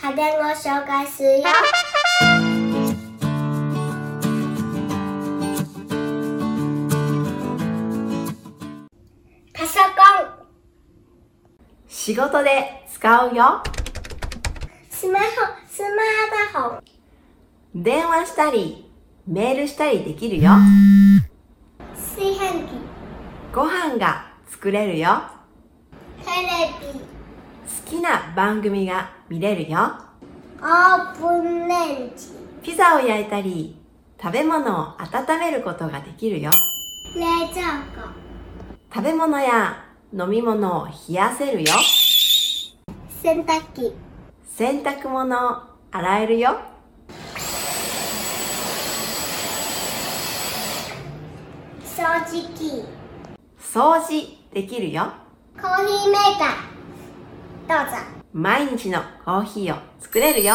家電を紹介するよ。パソコン、仕事で使うよ。スマホ、スマートフォン、電話したり、メールしたりできるよ。炊飯器、ご飯が作れるよ。テレビ、好きな番組が見れるよ。オーブンレンジ、ピザを焼いたり、食べ物を温めることができるよ。冷蔵庫、食べ物や飲み物を冷やせるよ。洗濯機、洗濯物を洗えるよ。掃除機、掃除できるよ。コーヒーメーカー。どうぞ。毎日のコーヒーを作れるよ。